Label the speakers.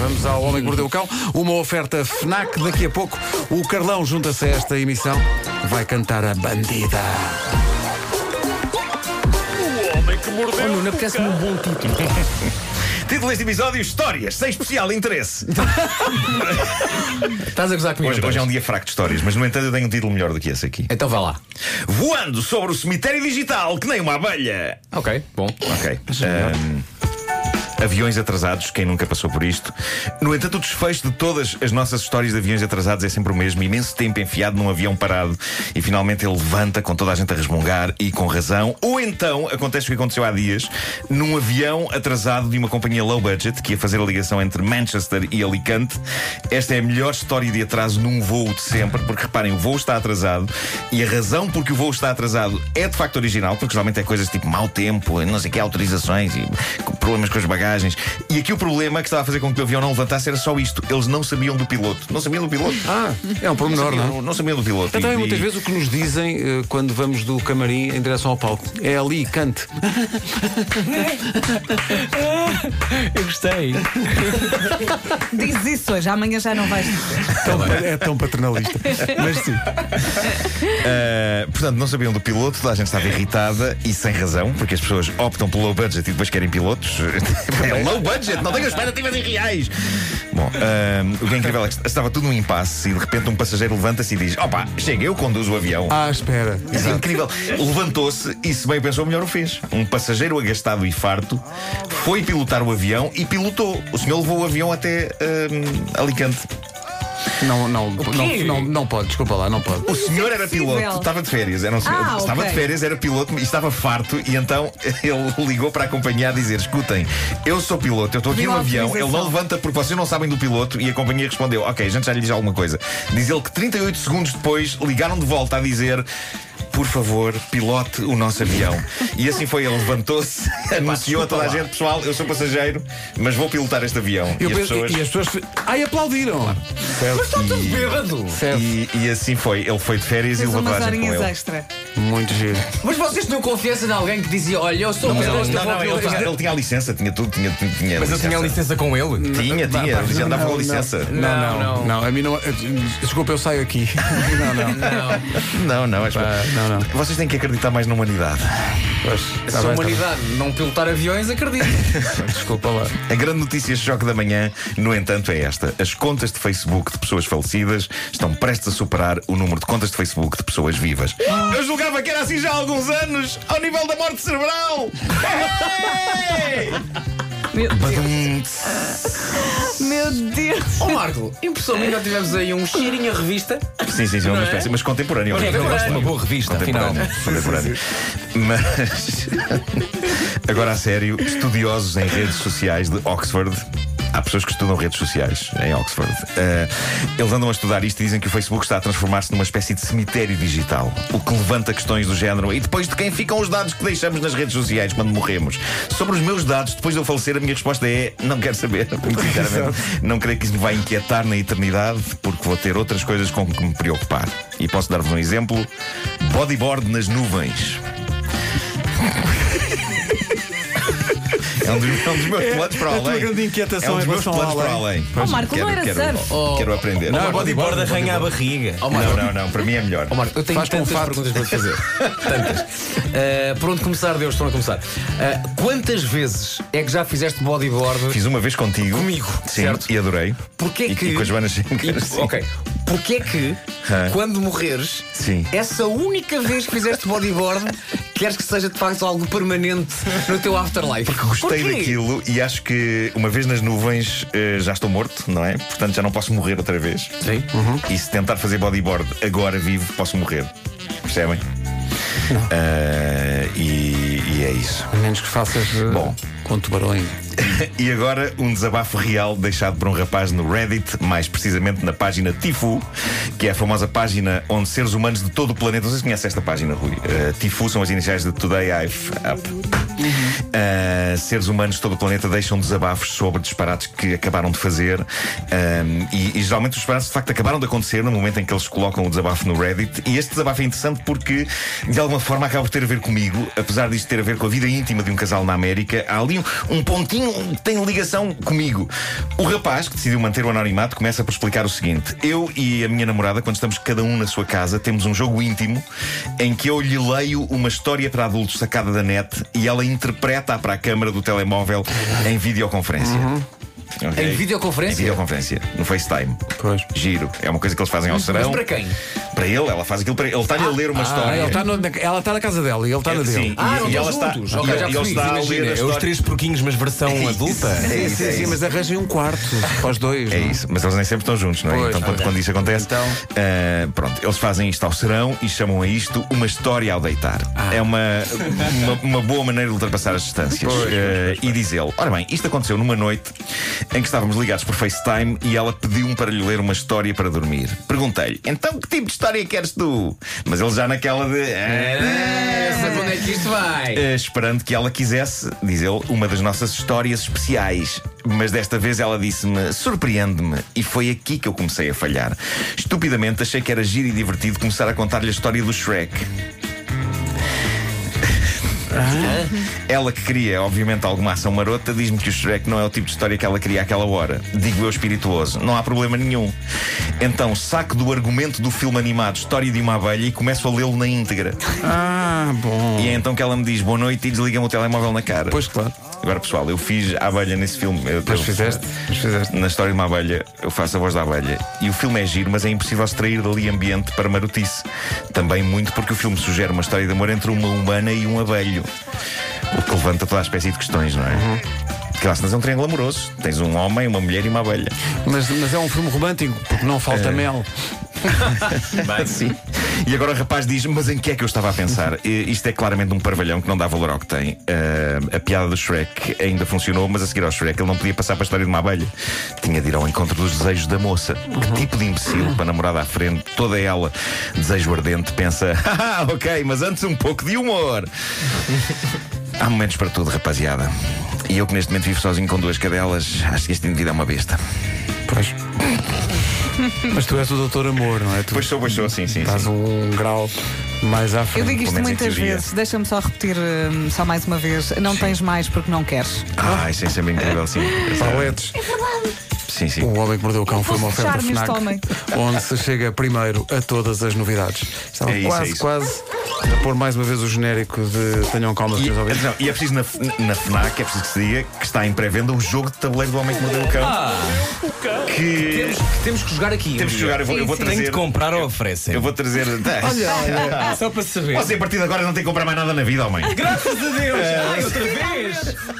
Speaker 1: bem-vindos ao Homem que Mordeu o Cão. Uma oferta FNAC. Daqui a pouco o Carlão junta-se a esta emissão. Vai cantar a bandida.
Speaker 2: O homem que mordeu.
Speaker 3: Nuno, apetece-me um bom título.
Speaker 4: Título deste episódio: Histórias, sem especial interesse.
Speaker 3: Estás a gozar comigo?
Speaker 4: Hoje, hoje é um dia fraco de histórias, mas no entanto eu tenho um título melhor do que esse aqui.
Speaker 3: Então vá lá.
Speaker 4: Voando sobre o cemitério digital, que nem uma abelha.
Speaker 3: Ok, bom.
Speaker 4: Ok. Ahm, aviões atrasados, quem nunca passou por isto. No entanto, o desfecho de todas as nossas histórias de aviões atrasados é sempre o mesmo: imenso tempo enfiado num avião parado e finalmente ele levanta com toda a gente a resmungar e com razão. Ou então acontece o que aconteceu há dias num avião atrasado de uma companhia low budget que ia fazer a ligação entre Manchester e Alicante. Esta é a melhor história de atraso num voo de sempre, porque reparem, o voo está atrasado e a razão porque o voo está atrasado é de facto original, porque geralmente é coisas tipo mau tempo, não sei que, autorizações e problemas com as bagagens. E aqui o problema que estava a fazer com que o avião não levantasse era só isto: eles não sabiam do piloto. Não sabiam do piloto.
Speaker 1: Ah, é um
Speaker 4: não,
Speaker 1: pormenor,
Speaker 4: sabiam,
Speaker 1: não é?
Speaker 4: não, não sabiam do piloto.
Speaker 1: É também
Speaker 4: E-
Speaker 1: muitas
Speaker 4: e-
Speaker 1: vezes o que nos dizem eh, quando vamos do camarim em direção ao palco. É ali, cante.
Speaker 3: Eu gostei.
Speaker 5: Diz isso hoje, amanhã já não vais dizer.
Speaker 1: é tão paternalista. Mas sim.
Speaker 4: Uh, portanto, não sabiam do piloto, toda a gente estava irritada e sem razão, porque as pessoas optam pelo low budget e depois querem pilotos. é low budget, não tenho expectativas irreais. Bom, uh, o que é incrível é que estava tudo num impasse e de repente um passageiro levanta-se e diz: Opa, chega, eu conduzo o avião.
Speaker 1: Ah, espera.
Speaker 4: Isso é incrível. Levantou-se e, se bem pensou, melhor o fez. Um passageiro agastado e farto foi pilotar o avião e pilotou. O senhor levou o avião até uh, Alicante.
Speaker 1: Não, não, não, não, não pode, desculpa lá, não pode.
Speaker 4: O senhor era
Speaker 5: é impossível.
Speaker 4: piloto, estava de férias, era um senhor-
Speaker 5: Ah,
Speaker 4: estava
Speaker 5: ok.
Speaker 4: de férias, era piloto e estava farto, e então ele ligou para a companhia a dizer: escutem, eu sou piloto, eu estou aqui
Speaker 5: Pediu
Speaker 4: no avião, ele
Speaker 5: autorização.
Speaker 4: não levanta porque vocês não sabem do piloto, e a companhia respondeu: ok, a gente já lhe diz alguma coisa. Diz ele que 38 segundos depois ligaram de volta a dizer. Por favor, pilote o nosso avião. E assim foi, ele levantou-se, anunciou a toda a gente: pessoal, eu sou passageiro, mas vou pilotar este avião.
Speaker 1: Eu
Speaker 4: e as
Speaker 1: penso-
Speaker 4: pessoas.
Speaker 1: e as pessoas. Ai, aplaudiram! Certo.
Speaker 3: Bêbado.
Speaker 1: Certo.
Speaker 4: E, e assim foi, ele foi de férias e
Speaker 5: Tens
Speaker 4: levou toda
Speaker 5: umas
Speaker 4: a gente com
Speaker 5: horinhas
Speaker 4: ele.
Speaker 5: extra.
Speaker 1: Muito giro.
Speaker 3: Mas vocês tinham confiança em alguém que dizia: Olha, eu sou o
Speaker 4: Mas ele-
Speaker 3: piloto,
Speaker 4: não, não, ele, tinha, ele tinha a licença, tinha tudo, tinha, tinha, tinha
Speaker 3: Mas ele tinha a licença com ele?
Speaker 4: Tinha, tinha, ele já andava
Speaker 1: Não,
Speaker 4: com licença.
Speaker 1: Não, não, não.
Speaker 3: não.
Speaker 1: a mim não. eh, Desculpa, eu saio aqui. Não, não.
Speaker 4: Não, não, acho que-
Speaker 1: não, não.
Speaker 4: Vocês têm que acreditar mais na humanidade.
Speaker 1: Pois, tá
Speaker 3: Se a
Speaker 1: bem, tá bem.
Speaker 3: humanidade não pilotar aviões, acredito.
Speaker 1: Desculpa lá.
Speaker 4: A grande notícia deste choque da manhã, no entanto, é esta: as contas de Facebook de pessoas falecidas estão prestes a superar o número de contas de Facebook de pessoas vivas. Eu julgava que era assim já há alguns anos, ao nível da morte cerebral. Hey!
Speaker 5: Meu Deus.
Speaker 4: Badum.
Speaker 5: Meu Deus.
Speaker 3: Ó Oh, Marco, impressão minha, tivemos aí um cheirinho a revista.
Speaker 4: Sim, sim, sim,
Speaker 3: Não
Speaker 4: uma
Speaker 3: é?
Speaker 4: espécie, mas contemporâneo.
Speaker 3: Mas eu gosto de uma boa revista, afinal.
Speaker 4: Contemporâneo, contemporâneo. Mas agora a sério, estudiosos em redes sociais de Oxford. Há pessoas que estudam redes sociais em Oxford. Eh, eles andam a estudar isto e dizem que o Facebook está a transformar-se numa espécie de cemitério digital, o que levanta questões do género. é? E depois de quem ficam os dados que deixamos nas redes sociais quando morremos? Sobre os meus dados, depois de eu falecer, a minha resposta é não quero saber. Muito sinceramente, não creio que isso me vai inquietar na eternidade, porque vou ter outras coisas com que me preocupar. E posso dar-vos um exemplo: bodyboard nas nuvens. É um dos, é um dos meus planos para
Speaker 1: a tua
Speaker 4: além.
Speaker 1: grande inquietação
Speaker 4: é um dos
Speaker 1: em
Speaker 4: meus
Speaker 1: relação
Speaker 4: planos
Speaker 1: ao
Speaker 4: para
Speaker 1: além.
Speaker 4: além.
Speaker 5: Oh, Marco,
Speaker 4: quero,
Speaker 5: não era
Speaker 4: quero,
Speaker 5: surf.
Speaker 4: quero aprender.
Speaker 6: Não, é bodyboard arranha a barriga.
Speaker 3: Ó
Speaker 4: não,
Speaker 3: Oh, Marco,
Speaker 4: não, não, para mim é melhor.
Speaker 3: ó, Marco, eu tenho
Speaker 1: Faz com
Speaker 3: tantas
Speaker 1: fato.
Speaker 3: perguntas para te fazer. Tantas. Ah, por onde começar, Deus? Estão a começar. Ah, quantas vezes é que já fizeste bodyboard?
Speaker 4: Fiz uma vez contigo.
Speaker 3: Comigo,
Speaker 4: Sim,
Speaker 3: certo?
Speaker 4: e adorei.
Speaker 3: Porquê
Speaker 4: e,
Speaker 3: que.
Speaker 4: E com a Joana Schenker,
Speaker 3: E-
Speaker 4: sim.
Speaker 3: Ok. Porquê que,
Speaker 4: Um assim. Hã?
Speaker 3: quando morreres,
Speaker 4: Sim.
Speaker 3: essa única vez que fizeste bodyboard, queres que seja de facto algo permanente no teu afterlife? Porque
Speaker 4: Gostei daquilo e acho que uma vez nas nuvens eh, já estou morto, não é? Portanto já não posso morrer outra vez.
Speaker 3: Sim.
Speaker 4: E se tentar fazer bodyboard agora vivo, posso morrer. Percebem? Ah, e- e é isso.
Speaker 1: A menos que faças. eh,
Speaker 4: Bom.
Speaker 1: Com tubarões.
Speaker 4: E agora um desabafo real deixado por um rapaz no Reddit, mais precisamente na página Tifu, que é a famosa página onde seres humanos de todo o planeta. Não sei se conhece esta página, Rui. Eh, Tifu são as iniciais de Today I've Up. Ah, seres humanos de todo o planeta deixam desabafos sobre disparates que acabaram de fazer. Ahm, e, e geralmente os disparates de facto acabaram de acontecer no momento em que eles colocam o desabafo no Reddit. E este desabafo é interessante porque de alguma forma acaba por ter a ver comigo, apesar disto ter a ver com a vida íntima de um casal na América. Há ali um, um pontinho que tem ligação comigo. O rapaz que decidiu manter o anonimato começa por explicar o seguinte: eu e a minha namorada, quando estamos cada um na sua casa, temos um jogo íntimo em que eu lhe leio uma história para adultos sacada da net e ela interpreta para a câmara do telemóvel em videoconferência. Ok?
Speaker 3: Uhum. Em videoconferência?
Speaker 4: Em videoconferência, no FaceTime.
Speaker 1: Pois.
Speaker 4: Giro. É uma coisa que eles fazem ao serão.
Speaker 3: para quem? Ah,
Speaker 4: Para ele, ela faz aquilo para ele. Ele está-lhe a ler uma história. É
Speaker 1: Ela está, Ah, tá no- na- ela está na casa dela e ele está na dele.
Speaker 4: Sim,
Speaker 3: Ah,
Speaker 4: e-
Speaker 3: não
Speaker 4: e
Speaker 3: estão
Speaker 4: ela está,
Speaker 3: juntos.
Speaker 4: e
Speaker 3: Ok,
Speaker 4: ele-
Speaker 3: já
Speaker 4: ele está a
Speaker 3: percebi,
Speaker 4: ler a
Speaker 6: É os
Speaker 4: história.
Speaker 6: três porquinhos, mas versão
Speaker 1: É
Speaker 6: adulta.
Speaker 1: Sim, sim, sim, mas arranjem um quarto para os dois.
Speaker 4: É
Speaker 1: não?
Speaker 4: isso, mas eles nem sempre estão juntos, não é?
Speaker 1: Pois,
Speaker 4: então, quando,
Speaker 1: pois.
Speaker 4: quando isso acontece,
Speaker 1: Então-
Speaker 4: ah, pronto, eles fazem isto ao serão e chamam a isto uma história ao deitar. É uma, uma, uma boa maneira de ultrapassar as distâncias. Ah, E diz ele: Ora bem, isto aconteceu numa noite em que estávamos ligados por FaceTime e ela pediu-me para lhe ler uma história para dormir. Perguntei-lhe: Então, que tipo de história queres tu? Mas ele já naquela de. "Ah,
Speaker 3: Essa, quando é que isto vai?
Speaker 4: eh, esperando que ela quisesse, diz ele, uma das nossas histórias especiais. Mas desta vez ela disse-me: surpreende-me. E foi aqui que eu comecei a falhar. Estupidamente achei que era giro e divertido começar a contar-lhe a história do Shrek. Ela que queria, obviamente, alguma ação marota, diz-me que o Shrek não é o tipo de história que ela queria àquela hora. Digo eu espirituoso, não há problema nenhum. Então saco do argumento do filme animado História de uma Abelha e começo a lê-lo na íntegra.
Speaker 1: Ah, bom.
Speaker 4: E é então que ela me diz boa noite e desliga-me o telemóvel na cara.
Speaker 1: Pois claro.
Speaker 4: Agora, pessoal, eu fiz a abelha nesse filme. Eu,
Speaker 1: Mas
Speaker 4: eu-
Speaker 1: fizeste, mas fizeste.
Speaker 4: Na história de uma abelha, eu faço a voz da abelha. E o filme é giro, mas é impossível extrair dali ambiente para marotice. Também muito porque o filme sugere uma história de amor entre uma humana e um abelho. O que levanta toda a espécie de questões, não é? Que lá se nasce um triângulo amoroso. Tens um homem, uma mulher e uma abelha.
Speaker 1: Mas, mas é um filme romântico, porque não falta mel.
Speaker 4: Sim. E agora o rapaz diz: Mas em que é que eu estava a pensar? E Isto é claramente um parvalhão que não dá valor ao que tem. Ah, a piada do Shrek ainda funcionou, mas a seguir ao Shrek ele não podia passar para a história de uma abelha. Tinha de ir ao encontro dos desejos da moça. Que tipo de imbecil para a namorada à frente, toda ela, desejo ardente, pensa: Ah, ok, mas antes um pouco de humor. Há momentos para tudo, rapaziada. E eu que neste momento vivo sozinho com duas cadelas, acho que este indivíduo é uma besta.
Speaker 1: Pois. Mas tu és o doutor amor, não é? Tu
Speaker 4: Pois sou, pois sou, sim, sim.
Speaker 1: estás
Speaker 4: sim.
Speaker 1: um grau mais à
Speaker 5: Eu
Speaker 1: frente.
Speaker 5: digo isto
Speaker 4: Pelo menos em
Speaker 5: muitas
Speaker 4: teoria.
Speaker 5: vezes, deixa-me só repetir hum, só mais uma vez. Não tens mais porque não queres.
Speaker 4: Ah, isso é sempre incrível, sim.
Speaker 1: Paletes.
Speaker 4: Sim, sim.
Speaker 1: O Um Homem que Mordeu o Cão foi uma oferta
Speaker 5: fechar-me este
Speaker 1: FNAC
Speaker 5: homem.
Speaker 1: Onde se chega primeiro a todas as novidades Estava
Speaker 4: É isso, é
Speaker 1: quase,
Speaker 4: isso.
Speaker 1: quase A pôr mais uma vez o genérico de Tenham calma,
Speaker 4: E,
Speaker 1: senhores ouvintes
Speaker 4: atenção, e é preciso na, na FNAC, é preciso que se diga que está em pré-venda o jogo de tabuleiro do homem que mordeu o cão.
Speaker 6: Ah.
Speaker 4: Que
Speaker 3: Temos, que- temos que jogar aqui.
Speaker 4: temos que
Speaker 3: um dia.
Speaker 4: jogar, eu vou, eu vou
Speaker 6: Tenho de
Speaker 4: trazer.
Speaker 6: comprar ou oferecem?
Speaker 4: Eu vou trazer.
Speaker 6: Só para saber.
Speaker 4: Você a partir de agora não tem que comprar mais nada na vida, homem.
Speaker 6: Graças a Deus! Ai, outra vez!